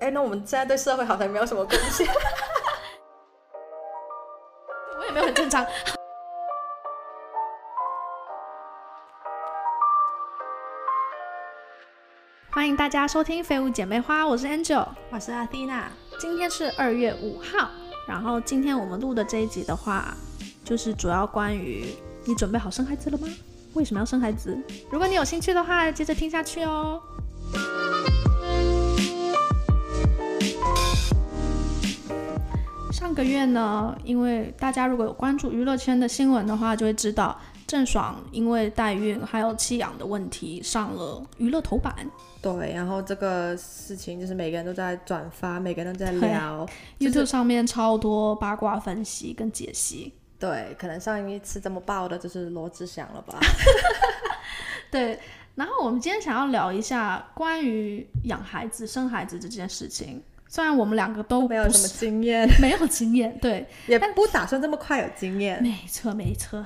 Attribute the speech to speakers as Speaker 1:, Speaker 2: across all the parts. Speaker 1: 哎，那我们现在对社会好像没有什么贡献。
Speaker 2: 我也没有很正常。 欢迎大家收听《废物姐妹花》，我是 Angel，
Speaker 1: 我是阿蒂娜。
Speaker 2: 今天是二月五号，然后今天我们录的这一集的话，就是主要关于你准备好生孩子了吗？为什么要生孩子？如果你有兴趣的话，接着听下去哦。上个月呢，因为大家如果有关注娱乐圈的新闻的话，就会知道郑爽因为代孕还有弃养的问题上了娱乐头版，
Speaker 1: 对，然后这个事情就是每个人都在转发，每个人都在聊。就是
Speaker 2: YouTube 上面超多八卦分析跟解析。
Speaker 1: 对，可能上一次这么爆的就是罗志祥了吧？
Speaker 2: 对，然后我们今天想要聊一下关于养孩子、生孩子这件事情。虽然我们两个都
Speaker 1: 没有
Speaker 2: 哦不
Speaker 1: 什么
Speaker 2: 是
Speaker 1: 经 验，
Speaker 2: 没有经验，对，
Speaker 1: 也不打算这么快有经 验。
Speaker 2: 没错，没错。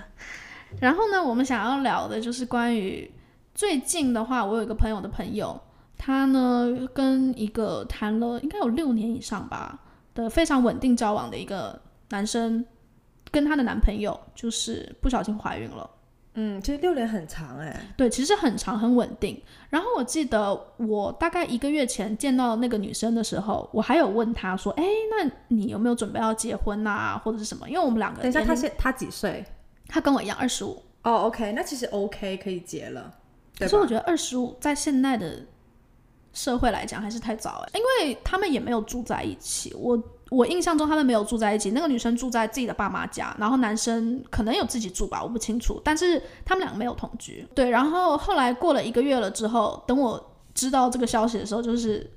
Speaker 2: 然后呢，我们想要聊的就是关于最近的话，我有一个朋友的朋友，他呢跟一个谈了应该有六年以上吧的非常稳定交往的一个男生，跟她的男朋友就是不小心怀孕了。
Speaker 1: 嗯，其实六年很长哎、
Speaker 2: 对，其实很长很稳定。然后我记得我大概一个月前见到那个女生的时候，我还有问她说：“哎，那你有没有准备要结婚啊，或者是什么？”因为我们两个
Speaker 1: 等一下，
Speaker 2: 年
Speaker 1: 他
Speaker 2: 龄
Speaker 1: 现他几岁？
Speaker 2: 她跟我一样二十五，
Speaker 1: 哦，OK，那其实 OK 可以结了，
Speaker 2: 可
Speaker 1: 对
Speaker 2: 是我
Speaker 1: 吧？
Speaker 2: 觉得二十五在现代的社会来讲还是太早了，因为他们也没有住在一起。我我印象中他们没有住在一起，那个女生住在自己的爸妈家，然后男生可能有自己住吧，我不清楚。但是他们两个没有同居。对，然后后来过了一个月了之后，等我知道这个消息的时候，就是。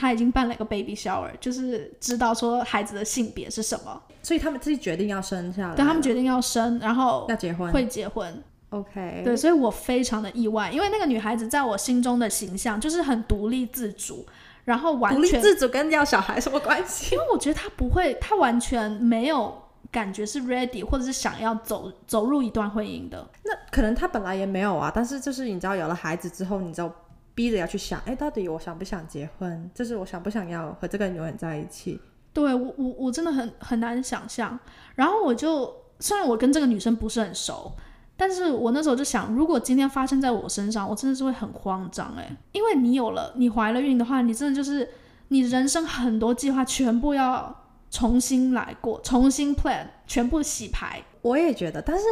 Speaker 2: 他已经办了一个 baby shower，就是知道说孩子的性别是什么，
Speaker 1: 所以他们自己决定要生下来了，
Speaker 2: 对他们决定要生，然后
Speaker 1: 要结婚
Speaker 2: 会结婚，
Speaker 1: ，OK，
Speaker 2: 对，所以我非常的意外，因为那个女孩子在我心中的形象就是很独立自主，然后完
Speaker 1: 独立
Speaker 2: 全，
Speaker 1: 自主跟要小孩什么关系？
Speaker 2: 因为我觉得她不会，她完全没有感觉是 ready 或者是想要走走入一段婚姻的。
Speaker 1: 那可能他本来也没有啊，但是就是你知道有了孩子之后，你就逼着要去想，哎，到底我想不想结婚？就是我想不想要和这个人永远在一起？
Speaker 2: 对我，我我真的很很难想象。然后我就虽然我跟这个女生不是很熟，但是我那时候就想，如果今天发生在我身上，我真的是会很慌张诶、因为你有了，你怀了孕的话，你真的就是你人生很多计划全部要重新来过，重新 plan，全部洗牌。
Speaker 1: 我也觉得，但是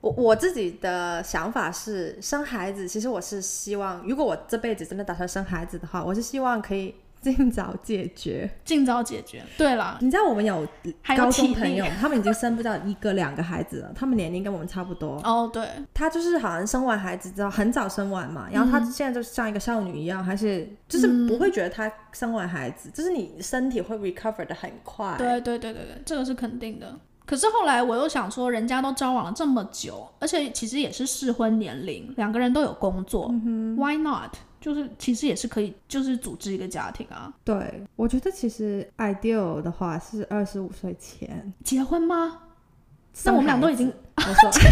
Speaker 1: 我我自己的想法是，生孩子其实我是希望，如果我这辈子真的打算生孩子的话，我是希望可以尽早解 决。
Speaker 2: 尽早解决。对了，
Speaker 1: 你知道我们有
Speaker 2: 还有
Speaker 1: 高
Speaker 2: 体
Speaker 1: 中朋友
Speaker 2: 力。，
Speaker 1: 他们已经生不到一个两个孩子了，他们年龄跟我们差不多。
Speaker 2: 哦，对，
Speaker 1: 她就是好像生完孩子之后很早生完
Speaker 2: 嗯
Speaker 1: 嘛，然后她现在就像一个少女一样，还是就是不会觉得她生完孩子，就是你身体会 recover 的很快。
Speaker 2: 对对对对对，这个是肯定的。可是后来我又想说，人家都交往了这么久，而且其实也是适婚年龄，两个人都有工作、w h y not？就是其实也是可以，就是组织一个家庭啊。
Speaker 1: 对，我觉得其实 ideal 的话是二十五岁前。
Speaker 2: 结婚吗？那我们俩都已经
Speaker 1: 生 孩子，我说，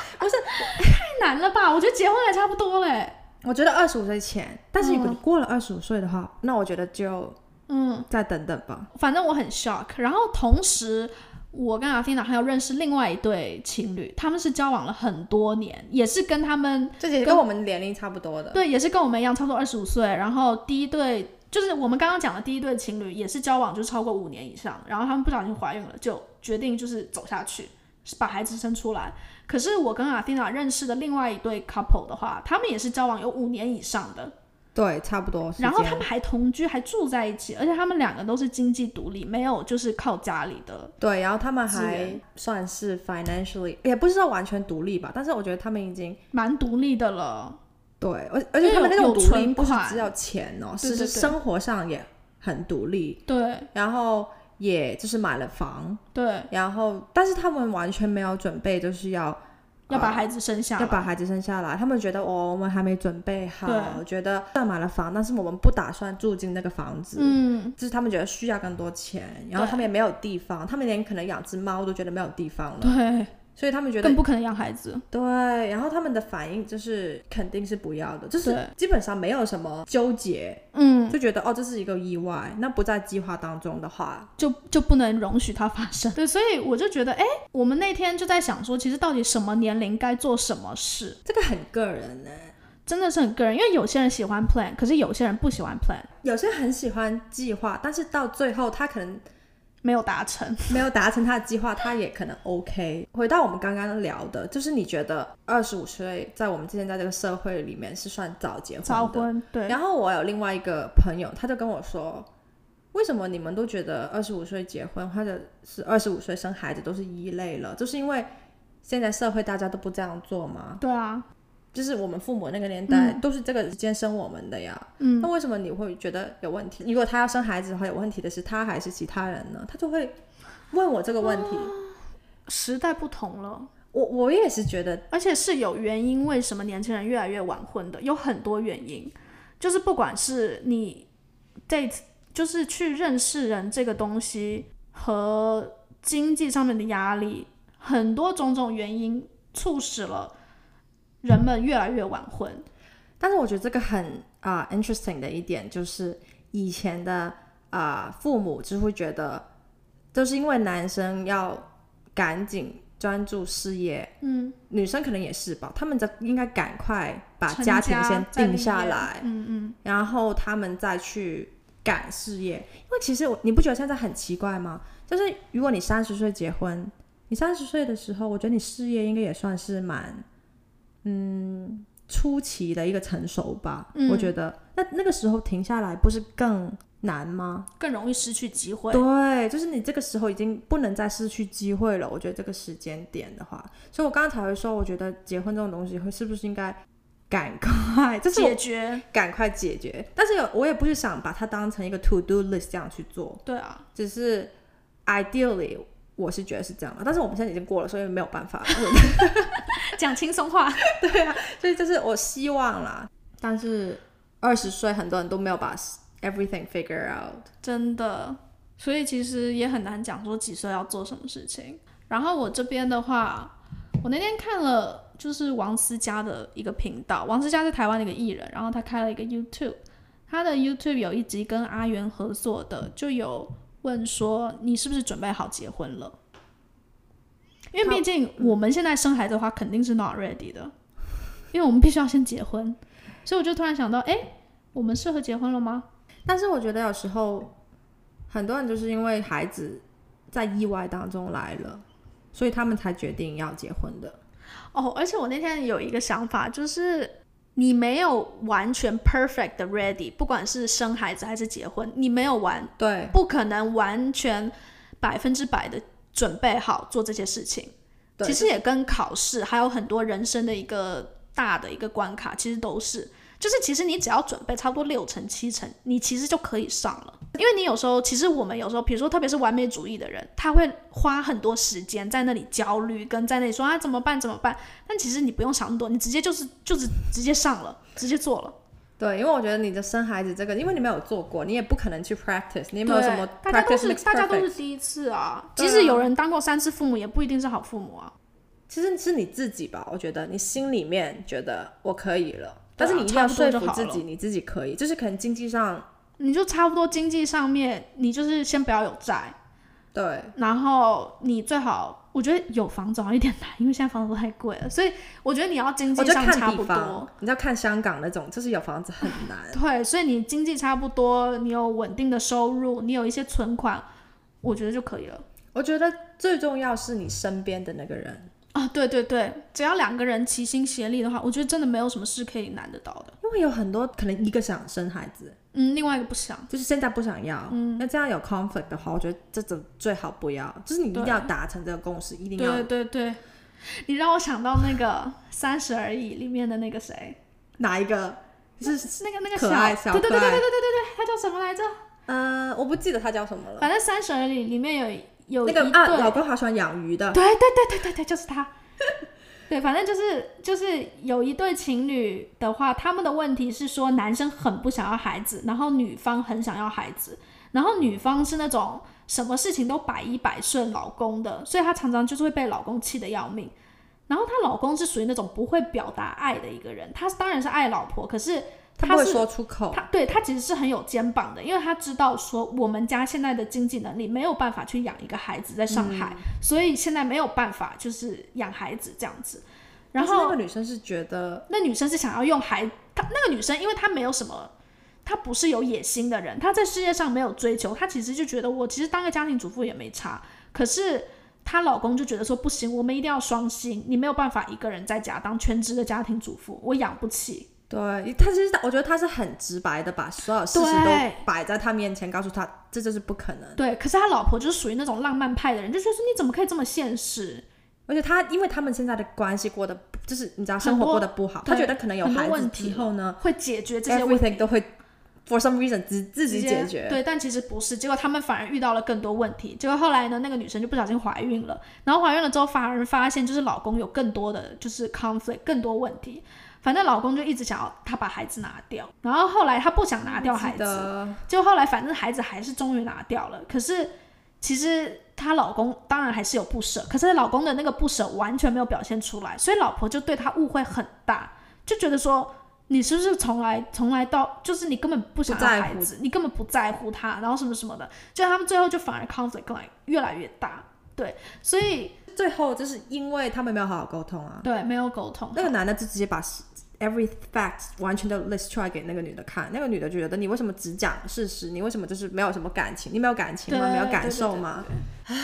Speaker 2: 太难了吧？我觉得结婚还差不多嘞。
Speaker 1: 我觉得二十五岁前，但是如果
Speaker 2: 嗯
Speaker 1: 你过了二十五岁的话，那我觉得就
Speaker 2: 嗯，
Speaker 1: 再等等吧。
Speaker 2: 反正我很 shock。然后同时，我跟阿菲娜还有认识另外一对情侣，他们是交往了很多年，也是跟他们
Speaker 1: 这也跟我们年龄差不多的。
Speaker 2: 对，也是跟我们一样，差不多二十五岁。然后第一对就是我们刚刚讲的第一对情侣，也是交往就超过五年以上，然后他们不小心怀孕了，就决定就是走下去，是把孩子生出来。可是我跟阿蒂娜认识的另外一对 couple 的话，他们也是交往有五年以上的，
Speaker 1: 对，差不多时间。
Speaker 2: 然后他们还同居，还住在一起，而且他们两个都是经济独立，没有就是靠家里的
Speaker 1: 对，然后他们
Speaker 2: 资源
Speaker 1: 还算是 financially 也不是说完全独立吧，但是我觉得他们已经
Speaker 2: 蛮独立的了。
Speaker 1: 对，而而且他们那
Speaker 2: 因为
Speaker 1: 种
Speaker 2: 有
Speaker 1: 独立
Speaker 2: 有存
Speaker 1: 不是
Speaker 2: 款
Speaker 1: 只有钱哦，
Speaker 2: 对
Speaker 1: 是
Speaker 2: 对
Speaker 1: 是
Speaker 2: 对
Speaker 1: 生活上也很独立，
Speaker 2: 对
Speaker 1: 然后也就是买了房，
Speaker 2: 对，
Speaker 1: 然后但是他们完全没有准备，就是要
Speaker 2: 要把
Speaker 1: 呃
Speaker 2: 孩子生下来，
Speaker 1: 要把孩子生下来，他们觉得哦，我们还没准备好，
Speaker 2: 对
Speaker 1: 觉得虽然买了房，但是我们不打算住进那个房子。
Speaker 2: 嗯。
Speaker 1: 就是他们觉得需要更多钱，然后
Speaker 2: 对
Speaker 1: 他们也没有地方，他们连可能养只猫都觉得没有地方了。
Speaker 2: 对，
Speaker 1: 所以他们觉得
Speaker 2: 更不可能养孩子。
Speaker 1: 对，然后他们的反应就是肯定是不要的，就是
Speaker 2: 对
Speaker 1: 基本上没有什么纠结，
Speaker 2: 嗯，
Speaker 1: 就觉得哦这是一个意外，那不在计划当中的话，
Speaker 2: 就就不能容许它发生。对，所以我就觉得，哎，我们那天就在想说，其实到底什么年龄该做什么事，
Speaker 1: 这个很个人呢、
Speaker 2: 真的是很个人，因为有些人喜欢 plan，可是有些人不喜欢 plan，
Speaker 1: 有些很喜欢计划，但是到最后他可能
Speaker 2: 没有达成。
Speaker 1: 没有达成他的计划，他也可能 OK。回到我们刚刚聊的，就是你觉得二十五岁在我们现在这个社会里面是算早结婚的？
Speaker 2: 早婚，对
Speaker 1: 然后我有另外一个朋友，他就跟我说，为什么你们都觉得二十五岁结婚或者是二十五岁生孩子都是一类了？就是因为现在社会大家都不这样做吗？
Speaker 2: 对啊，
Speaker 1: 就是我们父母那个年代都是这个时间生我们的呀。
Speaker 2: 嗯
Speaker 1: 那，为什么你会觉得有问题？如果他要生孩子的话，有问题的是他还是其他人呢？他就会问我这个问题。
Speaker 2: 啊时代不同了，
Speaker 1: 我我也是觉得
Speaker 2: 而且是有原因，为什么年轻人越来越晚婚的，有很多原因，就是不管是你 date，就是去认识人这个东西和经济上面的压力，很多种种原因促使了人们越来越晚婚。
Speaker 1: 但是我觉得这个很啊、interesting 的一点就是，以前的啊、父母就会觉得，就是因为男生要赶紧专注事业，
Speaker 2: 嗯，
Speaker 1: 女生可能也是吧，他们在应该赶快把
Speaker 2: 成
Speaker 1: 家庭先
Speaker 2: 再
Speaker 1: 定
Speaker 2: 立
Speaker 1: 下
Speaker 2: 业
Speaker 1: 来，
Speaker 2: 嗯嗯，
Speaker 1: 然后他们再去赶事业。因为其实我你不觉得现在很奇怪吗？就是如果你三十岁结婚，你三十岁的时候，我觉得你事业应该也算是蛮，嗯，初期的一个成熟吧。
Speaker 2: 嗯
Speaker 1: 我觉得那那个时候停下来不是更难吗？
Speaker 2: 更容易失去机会。
Speaker 1: 对，就是你这个时候已经不能再失去机会了。我觉得这个时间点的话，所以我刚刚才会说，我觉得结婚这种东西会是不是应该赶快？ 这是我
Speaker 2: 解决，
Speaker 1: 赶快解决。但是有我也不是想把它当成一个 to do list 这样去做，
Speaker 2: 对啊，
Speaker 1: 只是 ideally 我是觉得是这样的。但是我们现在已经过了，所以没有办法。 啊
Speaker 2: 讲轻松话，
Speaker 1: 所以就是我希望啦，但是二十岁很多人都没有把 everything figure out。
Speaker 2: 真的，所以其实也很难讲说几岁要做什么事情。然后我这边的话，我那天看了就是王思佳的一个频道，王思佳是台湾的一个艺人，然后他开了一个 YouTube，他的 YouTube 有一集跟阿元合作的，就有问说你是不是准备好结婚了？因为
Speaker 1: 他
Speaker 2: 毕竟我们现在生孩子的话，肯定是 not ready 的，因为我们必须要先结婚，所以我就突然想到，哎，我们适合结婚了吗？
Speaker 1: 但是我觉得有时候很多人就是因为孩子在意外当中来了，所以他们才决定要结婚的。
Speaker 2: 哦，而且我那天有一个想法，就是你没有完全 perfect 的 ready，不管是生孩子还是结婚，你没有完，
Speaker 1: 对，
Speaker 2: 不可能完全百分之百的准备好做这些事情。
Speaker 1: 对
Speaker 2: 其实也跟考试还有很多人生的一个大的一个关卡，其实都是，就是其实你只要准备差不多六成七成，你其实就可以上了。因为你有时候，其实我们有时候，比如说特别是完美主义的人，他会花很多时间在那里焦虑，跟在那里说啊怎么办怎么办。但其实你不用想那么多，你直接就是就是直接上了，直接做了。
Speaker 1: 对，因为我觉得你的生孩子这个，因为你没有做过，你也不可能去 practice，你也没有
Speaker 2: 对
Speaker 1: 什么
Speaker 2: 大家都
Speaker 1: practice
Speaker 2: 是
Speaker 1: makes
Speaker 2: 大家都
Speaker 1: perfect。
Speaker 2: 是第一次啊，
Speaker 1: 对
Speaker 2: 即
Speaker 1: 啊
Speaker 2: 使有人当过三次父母，也不一定是好父母啊。
Speaker 1: 其实是你自己吧，我觉得你心里面觉得我可以了，但是
Speaker 2: 对啊
Speaker 1: 你一定要
Speaker 2: 差不多
Speaker 1: 说
Speaker 2: 就
Speaker 1: 服
Speaker 2: 好
Speaker 1: 自
Speaker 2: 了
Speaker 1: 己，你自己可以，就是可能经济上
Speaker 2: 你就差不多经济上面，你就是先不要有债，
Speaker 1: 对
Speaker 2: 然后你最好，我觉得有房子好像有点难，因为现在房子都太贵了，所以我觉得你要经
Speaker 1: 我
Speaker 2: 济
Speaker 1: 就
Speaker 2: 上差
Speaker 1: 看地
Speaker 2: 不多
Speaker 1: 方。，你知道看香港那种，就是有房子很 难，
Speaker 2: 对，所以你经济差不多，你有稳定的收入，你有一些存款，我觉得就可以了。
Speaker 1: 我觉得最重要是你身边的那个人，
Speaker 2: 啊，对对对，只要两个人齐心协力的话，我觉得真的没有什么事可以难得到的。
Speaker 1: 因为有很多可能一个想生孩子，
Speaker 2: 嗯，另外一个不想，
Speaker 1: 就是现在不想要，
Speaker 2: 嗯
Speaker 1: 那这样有 conflict 的话，我觉得这种最好不要，就是你一定
Speaker 2: 对
Speaker 1: 要达成这个共识，一定要
Speaker 2: 对对对，你让我想到那个 《三十而已》里面的那个谁，
Speaker 1: 哪一个是
Speaker 2: 那个那个
Speaker 1: 可爱小
Speaker 2: 对对对
Speaker 1: 可
Speaker 2: 对对
Speaker 1: 爱
Speaker 2: 对对对，他叫什么来着？
Speaker 1: 呃，我不记得他叫什么了。
Speaker 2: 反正《三十而已》里面有有
Speaker 1: 那
Speaker 2: 一
Speaker 1: 个啊，老
Speaker 2: 对，
Speaker 1: 公好喜欢养鱼的，
Speaker 2: 对对对对对对，就是他。 对，反正就是就是有一对情侣的话，他们的问题是说男生很不想要孩子，然后女方很想要孩子，然后女方是那种什么事情都百依百顺老公的，所以她常常就是会被老公气得要命。然后她老公是属于那种不会表达爱的一个人，他当然是爱老婆，可是
Speaker 1: 他不会
Speaker 2: 是
Speaker 1: 说出口，
Speaker 2: 他对他其实是很有肩膀的，因为他知道说我们家现在的经济能力没有办法去养一个孩子在上
Speaker 1: 嗯
Speaker 2: 海，所以现在没有办法就是养孩子这样子。然
Speaker 1: 但是那
Speaker 2: 后
Speaker 1: 个女生是觉得
Speaker 2: 那女生是想要用孩，她那个女生因为她没有什么，她不是有野心的人，她在事业上没有追求，她其实就觉得我其实当个家庭主妇也没差。可是她老公就觉得说不行，我们一定要双薪，你没有办法一个人在家当全职的家庭主妇，我养不起。
Speaker 1: 对，他其实我觉得他是很直白的，把所有事情
Speaker 2: 对
Speaker 1: 都摆在他面前，告诉他这就是不可能。
Speaker 2: 对，可是他老婆就是属于那种浪漫派的人，就觉得说你怎么可以这么现实？
Speaker 1: 而且他因为他们现在的关系过得不，就是你知道
Speaker 2: 很
Speaker 1: 生活
Speaker 2: 多
Speaker 1: 过得不好，他
Speaker 2: 对
Speaker 1: 觉得可能有
Speaker 2: 很多
Speaker 1: 孩子
Speaker 2: 问题
Speaker 1: 之后呢
Speaker 2: 会解决这些问题，
Speaker 1: ，everything 都会 for some reason 自自己
Speaker 2: 直接
Speaker 1: 解决。
Speaker 2: 对，但其实不是，结果他们反而遇到了更多问题。结果后来呢，那个女生就不小心怀孕了，然后怀孕了之后，反而发现就是老公有更多的就是 conflict，更多问题。反正老公就一直想要她把孩子拿掉，然后后来她不想拿掉孩
Speaker 1: 记
Speaker 2: 子，
Speaker 1: 得
Speaker 2: 就后来反正孩子还是终于拿掉了，可是其实她老公当然还是有不舍，可是老公的那个不舍完全没有表现出来，所以老婆就对他误会很大，就觉得说你是不是从来从来到就是你根本不想
Speaker 1: 不
Speaker 2: 要
Speaker 1: 在
Speaker 2: 孩
Speaker 1: 乎
Speaker 2: 子，你根本不在乎他，然后什么什么的，就他们最后就反而 conflict 更来越来越大，对，所以
Speaker 1: 最后就是因为他们没有好好沟通啊，
Speaker 2: 对没有沟通，
Speaker 1: 那个男的就直接把 every fact 完全都 list 出来给那个女的看，那个女的就觉得你为什么只讲事实，你为什么就是没有什么感情，你没有感情吗？
Speaker 2: 对
Speaker 1: 没有
Speaker 2: 对
Speaker 1: 感
Speaker 2: 对
Speaker 1: 受
Speaker 2: 对
Speaker 1: 吗？唉，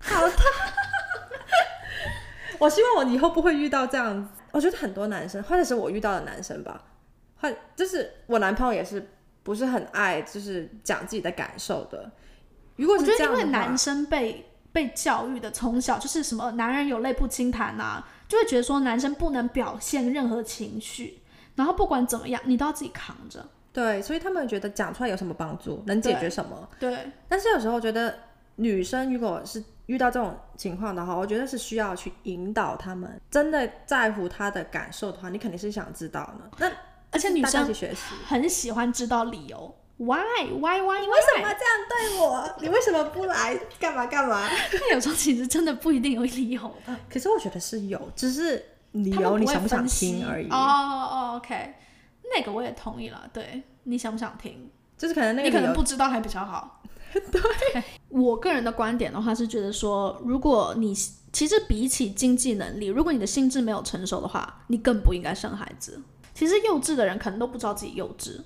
Speaker 1: 好烫！ 我希望我以后不会遇到这样子。我觉得很多男生，或者是我遇到的男生吧，或就是我男朋友也是不是很爱就是讲自己的感受的。如果
Speaker 2: 我
Speaker 1: 是
Speaker 2: 觉
Speaker 1: 这
Speaker 2: 得
Speaker 1: 样
Speaker 2: 因
Speaker 1: 的
Speaker 2: 为
Speaker 1: 话，
Speaker 2: 男生被被教育的从小就是什么男人有泪不轻弹呐、就会觉得说男生不能表现任何情绪，然后不管怎么样你都要自己扛着。
Speaker 1: 对，所以他们觉得讲出来有什么帮助，能解
Speaker 2: 对
Speaker 1: 决什么？
Speaker 2: 对，
Speaker 1: 但是有时候觉得女生如果是遇到这种情况的话，我觉得是需要去引导他们，真的在乎她的感受的话，你肯定是想知道呢。那
Speaker 2: 而且女
Speaker 1: 大家一
Speaker 2: 生
Speaker 1: 起学习，
Speaker 2: 很喜欢知道理由，why why
Speaker 1: 为
Speaker 2: why
Speaker 1: 什么这
Speaker 2: why？
Speaker 1: 样对我？你为什么不来？干嘛干嘛？
Speaker 2: 那有时候其实真的不一定有理由的，
Speaker 1: 可是我觉得是有，只是理
Speaker 2: 他们
Speaker 1: 由
Speaker 2: 不
Speaker 1: 你
Speaker 2: 会
Speaker 1: 想不想
Speaker 2: 分析
Speaker 1: 听而已。
Speaker 2: 哦哦，OK，那个我也同意了。对你想不想听？
Speaker 1: 就是可能那
Speaker 2: 你
Speaker 1: 个
Speaker 2: 可
Speaker 1: 理
Speaker 2: 能
Speaker 1: 由，
Speaker 2: 不知道还比 较好。对， 我个人的观点的话是觉得说，如果你其实比起经济能力，如果你的心智没有成熟的话，你更不应该生孩子。其实幼稚的人可能都不知道自己幼稚，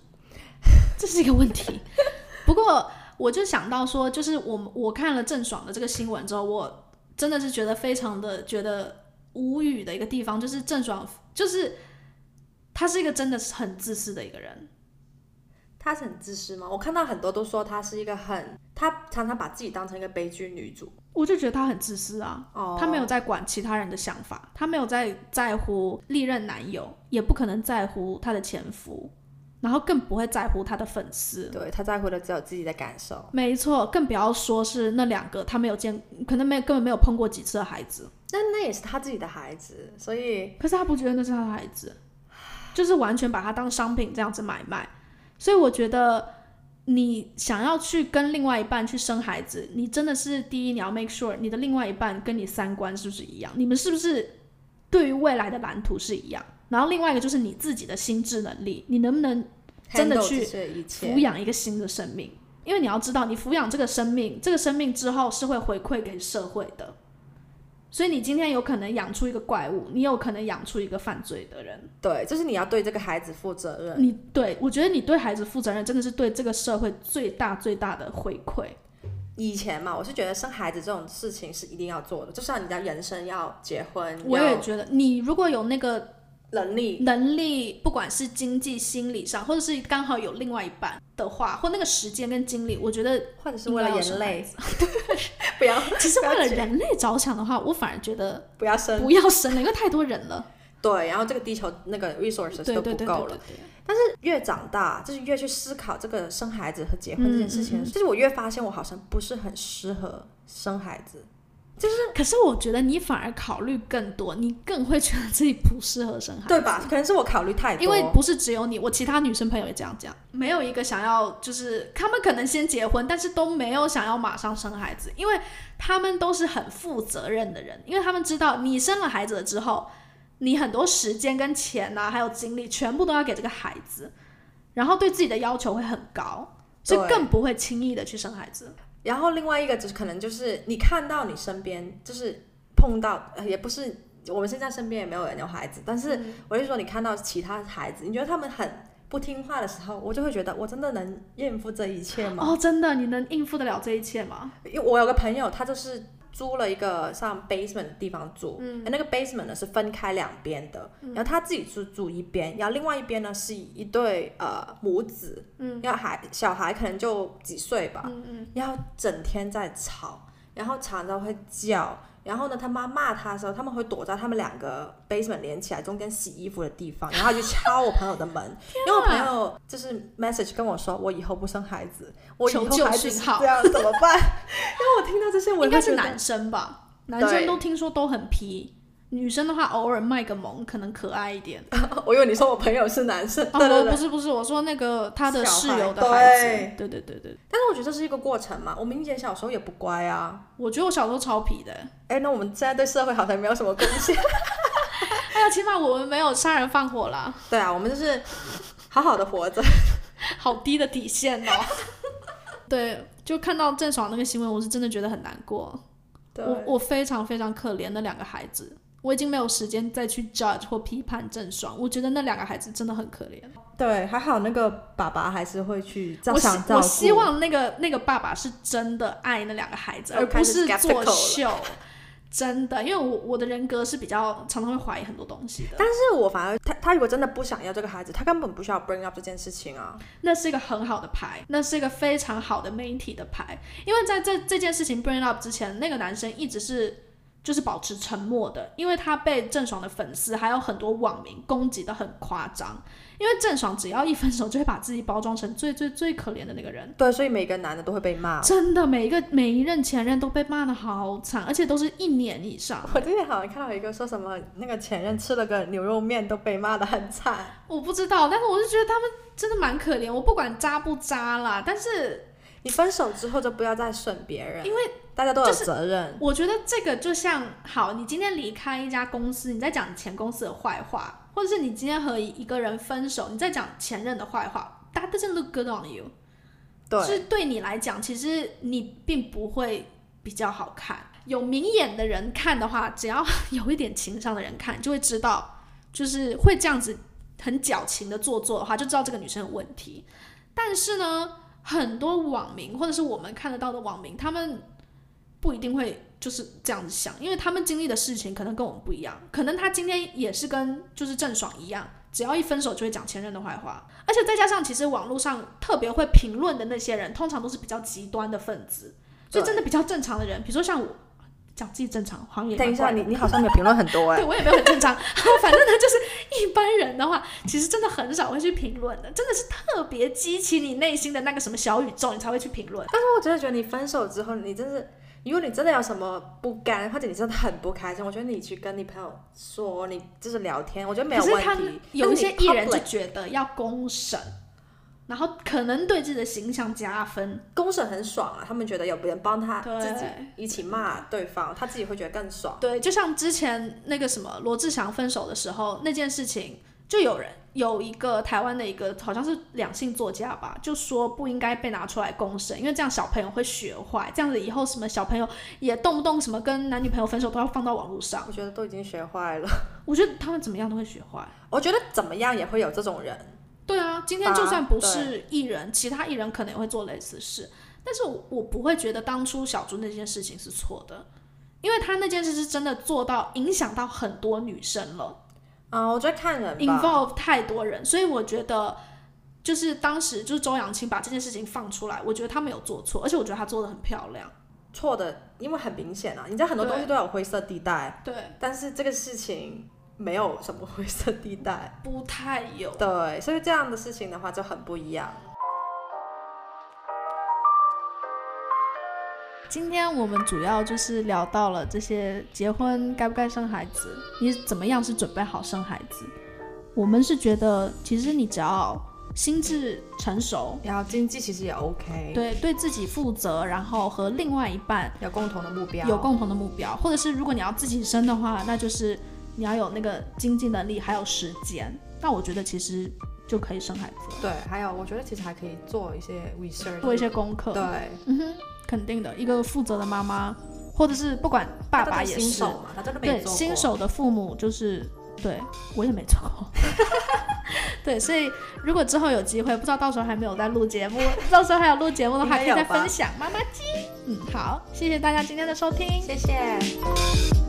Speaker 2: 这是一个问题。 不过我就想到说，就是我们我看了郑爽的这个新闻之后，我真的是觉得非常的觉得无语的一个地方，就是郑爽就是她是一个真的是很自私的一个人，
Speaker 1: 她是很自私吗？我看到很多都说她是一个很，她常常把自己当成一个悲剧女主。
Speaker 2: 我就觉得她很自私啊。
Speaker 1: 哦
Speaker 2: 她没有在管其他人的想法，她没有在在乎历任男友，也不可能在乎她的前夫，然后更不会在乎她的粉丝。
Speaker 1: 对她在乎的只有自己的感受。
Speaker 2: 没错，更不要说是那两个她没有见，可能没有根本没有碰过几次的孩子，
Speaker 1: 那那也是她自己的孩子，所以
Speaker 2: 可是她不觉得那是她的孩子，就是完全把她当商品这样子买卖。所以我觉得。你想要去跟另外一半去生孩子，你真的是第一，你要 make sure 你的另外一半跟你三观是不是一样，你们是不是对于未来的蓝图是一样。然后另外一个就是你自己的心智能力，你能不能真的
Speaker 1: handle
Speaker 2: 去
Speaker 1: 这些一
Speaker 2: 抚
Speaker 1: 切。
Speaker 2: 养一个新的生命？因为你要知道，你抚养这个生命，这个生命之后是会回馈给社会的。所以你今天有可能养出一个怪物，你有可能养出一个犯罪的人。
Speaker 1: 对，就是你要对这个孩子负责任。
Speaker 2: 你对我觉得你对孩子负责任，真的是对这个社会最大最大的回馈。
Speaker 1: 以前嘛，我是觉得生孩子这种事情是一定要做的，就像你的人生要结婚，
Speaker 2: 我
Speaker 1: 要
Speaker 2: 也觉得，你如果有那个
Speaker 1: 能力，
Speaker 2: 能力，不管是经济、心理上，或者是刚好有另外一半的话，或那个时间跟精力，我觉得
Speaker 1: 或者是为了
Speaker 2: 应该要生
Speaker 1: 人类， 不要
Speaker 2: 其实
Speaker 1: 不
Speaker 2: 为
Speaker 1: 要
Speaker 2: 了
Speaker 1: 结
Speaker 2: 人类着想的话，我反而觉得
Speaker 1: 不要生。
Speaker 2: 不要生了，因为太多人 了。
Speaker 1: 对，然后这个地球那个 resources
Speaker 2: 对
Speaker 1: 都
Speaker 2: 对
Speaker 1: 不
Speaker 2: 对对
Speaker 1: 够
Speaker 2: 对
Speaker 1: 了。
Speaker 2: 对
Speaker 1: 越长大，就是越去思考这个生孩子和结婚这件事情，
Speaker 2: 嗯嗯嗯
Speaker 1: 就是我越发现我好像不是很适合生孩子。就是
Speaker 2: 可是我觉得你反而考虑更多，你更会觉得自己不适合生孩子，
Speaker 1: 对吧？可能是我考虑太多，
Speaker 2: 因为不是只有你，我其他女生朋友也这样讲，没有一个想要，就是他们可能先结婚，但是都没有想要马上生孩子，因为他们都是很负责任的人，因为他们知道你生了孩子了之后，你很多时间跟钱呐、啊还有精力全部都要给这个孩子，然后对自己的要求会很高，所以
Speaker 1: 对
Speaker 2: 更不会轻易的去生孩子。
Speaker 1: 然后另外一个就是可能就是你看到你身边就是碰到，呃也不是我们现在身边也没有人有孩子，但是我就说你看到其他孩子，你觉得他们很不听话的时候，我就会觉得我真的能应付这一切吗？
Speaker 2: 哦，真的，你能应付得了这一切吗？
Speaker 1: 因为我有个朋友，他就是租了一个像 basement 的地方住，嗯，那个 basement 呢是分开两边的，然后他自己是住一边，然后另外一边呢是一对呃母子，嗯，然后孩小孩可能就几岁吧，
Speaker 2: 嗯嗯，
Speaker 1: 然后整天在吵，然后常常会叫，然后呢，他妈骂他的时候，他们会躲在他们两个 basement 连起来中间洗衣服的地方，然后他就敲我朋友 的门，
Speaker 2: 啊
Speaker 1: 因为我朋友就是 message 跟我说，我以后不生孩子，我以
Speaker 2: 求
Speaker 1: 后
Speaker 2: 救
Speaker 1: 孩子
Speaker 2: 讯
Speaker 1: 是
Speaker 2: 号
Speaker 1: 这样怎么 办？因为我听到这些，我
Speaker 2: 应该
Speaker 1: 会
Speaker 2: 是
Speaker 1: 觉得
Speaker 2: 男生吧，男生都听说都很皮，女生的话偶尔卖个萌可能可爱 一点。
Speaker 1: 哦我以为你说我朋友是男生，
Speaker 2: 哦，
Speaker 1: 对对
Speaker 2: 不
Speaker 1: 对。
Speaker 2: 是不是，我说那个他的室
Speaker 1: 小孩
Speaker 2: 友的孩子，
Speaker 1: 对
Speaker 2: 对对对对，
Speaker 1: 但是我觉得这是一个过程嘛，我们以前小时候也不乖啊。
Speaker 2: 我觉得我小时候超皮的，
Speaker 1: 哎，那我们现在对社会好像没有什么贡 献。
Speaker 2: 哎呀，起码我们没有杀人放火啦，
Speaker 1: 对啊，我们就是好好的活着。
Speaker 2: 好低的底线 哦。对，就看到郑爽那个新闻，我是真的觉得很难过，
Speaker 1: 对，
Speaker 2: 我我非常非常可怜那两个孩子。我已经没有时间再去 judge 或批判郑爽，我觉得那两个孩子真的很可怜。
Speaker 1: 对，还好那个爸爸还是会去照
Speaker 2: 我希
Speaker 1: 想照顾。
Speaker 2: 我希望那个那个爸爸是真的爱那两个孩子，
Speaker 1: 我
Speaker 2: 而不
Speaker 1: 开始
Speaker 2: 是作
Speaker 1: skeptical 了
Speaker 2: 秀。真的，因为我我的人格是比较常常会怀疑很多东西的，
Speaker 1: 但是我反而他他如果真的不想要这个孩子，他根本不需要 bring up 这件事情啊。
Speaker 2: 那是一个很好的牌，那是一个非常好的媒体的牌，因为在这这件事情 bring up 之前，那个男生一直是就是保持沉默的，因为他被郑爽的粉丝还有很多网民攻击的很夸张，因为郑爽只要一分手就会把自己包装成最最最可怜的那个人，
Speaker 1: 对，所以每个男的都会被骂。
Speaker 2: 真的，每一个每一任前任都被骂的好惨，而且都是一年以上。
Speaker 1: 我之前好像看到一个说什么那个前任吃了个牛肉面都被骂的很惨，
Speaker 2: 我不知道，但是我是觉得他们真的蛮可怜。我不管渣不渣啦，但是
Speaker 1: 你分手之后就不要再损别人，
Speaker 2: 因为
Speaker 1: 大家都有
Speaker 2: 就是
Speaker 1: 责任。
Speaker 2: 我觉得这个就像，好，你今天离开一家公司，你在讲前公司的坏话，或者是你今天和一个人分手，你在讲前任的坏话，That doesn't look good on you。
Speaker 1: 对，
Speaker 2: 是对你来讲，其实你并不会比较好看。有明眼的人看的话，只要 有一点情商的人看，就会知道，就是会这样子很矫情的做作的话，就知道这个女生有问题。但是呢，很多网民或者是我们看得到的网民，他们不一定会就是这样子想，因为他们经历的事情可能跟我们不一样，可能他今天也是跟就是郑爽一样，只要一分手就会讲前任的坏话，而且再加上其实网络上特别会评论的那些人，通常都是比较极端的分子，所以
Speaker 1: 对
Speaker 2: 真的比较正常的人，比如说像我讲自己正常，好像也
Speaker 1: 等一
Speaker 2: 蛮
Speaker 1: 下，
Speaker 2: 怪的
Speaker 1: 你你好像没有评论很多哎、
Speaker 2: 对我也没有很正 常，反正呢，就是一般人的话，其实真的很少会去评论的，真的是特别激起你内心的那个什么小宇宙，你才会去评论。
Speaker 1: 但是我真的觉得你分手之后，你真是，如果你真的有什么不甘，或者你真的很不开心，我觉得你去跟你朋友说，你就是聊天，我觉得没
Speaker 2: 可
Speaker 1: 有
Speaker 2: 是
Speaker 1: 问
Speaker 2: 他
Speaker 1: 题。
Speaker 2: 有一
Speaker 1: 但是
Speaker 2: 些
Speaker 1: 你
Speaker 2: 艺人
Speaker 1: public
Speaker 2: 就觉得要公审，然后可能对自己的形象加分。
Speaker 1: 公审很爽啊，他们觉得有别人帮他
Speaker 2: 对
Speaker 1: 自己一起骂对方，他自己会觉得更爽。
Speaker 2: 对，就像之前那个什么罗志祥分手的时候那件事情，就有人有一个台湾的一个好像是两性作家吧，就说不应该被拿出来公审，因为这样小朋友会学坏，这样子以后什么小朋友也动不动什么跟男女朋友分手都要放到网络上。
Speaker 1: 我觉得都已经学坏了，
Speaker 2: 我觉得他们怎么样都会学坏。
Speaker 1: 我觉得怎么样也会有这种人。
Speaker 2: 对啊，今天就算不是艺人，其他艺人可能也会做类似事，但是我我不会觉得当初小猪那件事情是错的，因为他那件事是真的做到影响到很多女生了
Speaker 1: 啊、我觉得看人吧。
Speaker 2: ，involve 太多人，所以我觉得就是当时就是周扬青把这件事情放出来，我觉得他没有做错，而且我觉得他做的很漂亮。
Speaker 1: 错的，因为很明显啊，你知道很多
Speaker 2: 对
Speaker 1: 东西都有灰色地带，
Speaker 2: 对，
Speaker 1: 但是这个事情没有什么灰色地带。
Speaker 2: 不太有。
Speaker 1: 对，所以这样的事情的话就很不一样。
Speaker 2: 今天我们主要就是聊到了这些结婚该不该生孩子，你怎么样是准备好生孩子。我们是觉得，其实你只要心智成熟，
Speaker 3: 然后经济其实也 OK，，
Speaker 2: 对对自己负责，然后和另外一半
Speaker 3: 有共同的目标，
Speaker 2: 有共同的目标，或者是如果你要自己生的话，那就是你要有那个经济能力，还有时间。那我觉得其实就可以生孩子了，
Speaker 3: 对，还有我觉得其实还可以做一些 research，
Speaker 2: 做一些功课。
Speaker 3: 对，
Speaker 2: 嗯哼，肯定的，一个负责的妈妈，或者是不管爸
Speaker 3: 大
Speaker 2: 爸也
Speaker 3: 新
Speaker 2: 是，
Speaker 3: 手嘛，他真的没
Speaker 2: 对
Speaker 3: 做过
Speaker 2: 新手的父母就是对我也没做 过。对，所以如果之后有机会，不知道到时候还没有在录节目，到时候还有录节目的
Speaker 3: 应
Speaker 2: 话，可
Speaker 3: 该
Speaker 2: 以
Speaker 3: 有
Speaker 2: 再
Speaker 3: 吧
Speaker 2: 分享妈妈鸡。嗯，好，谢谢大家今天的收听，
Speaker 3: 谢谢。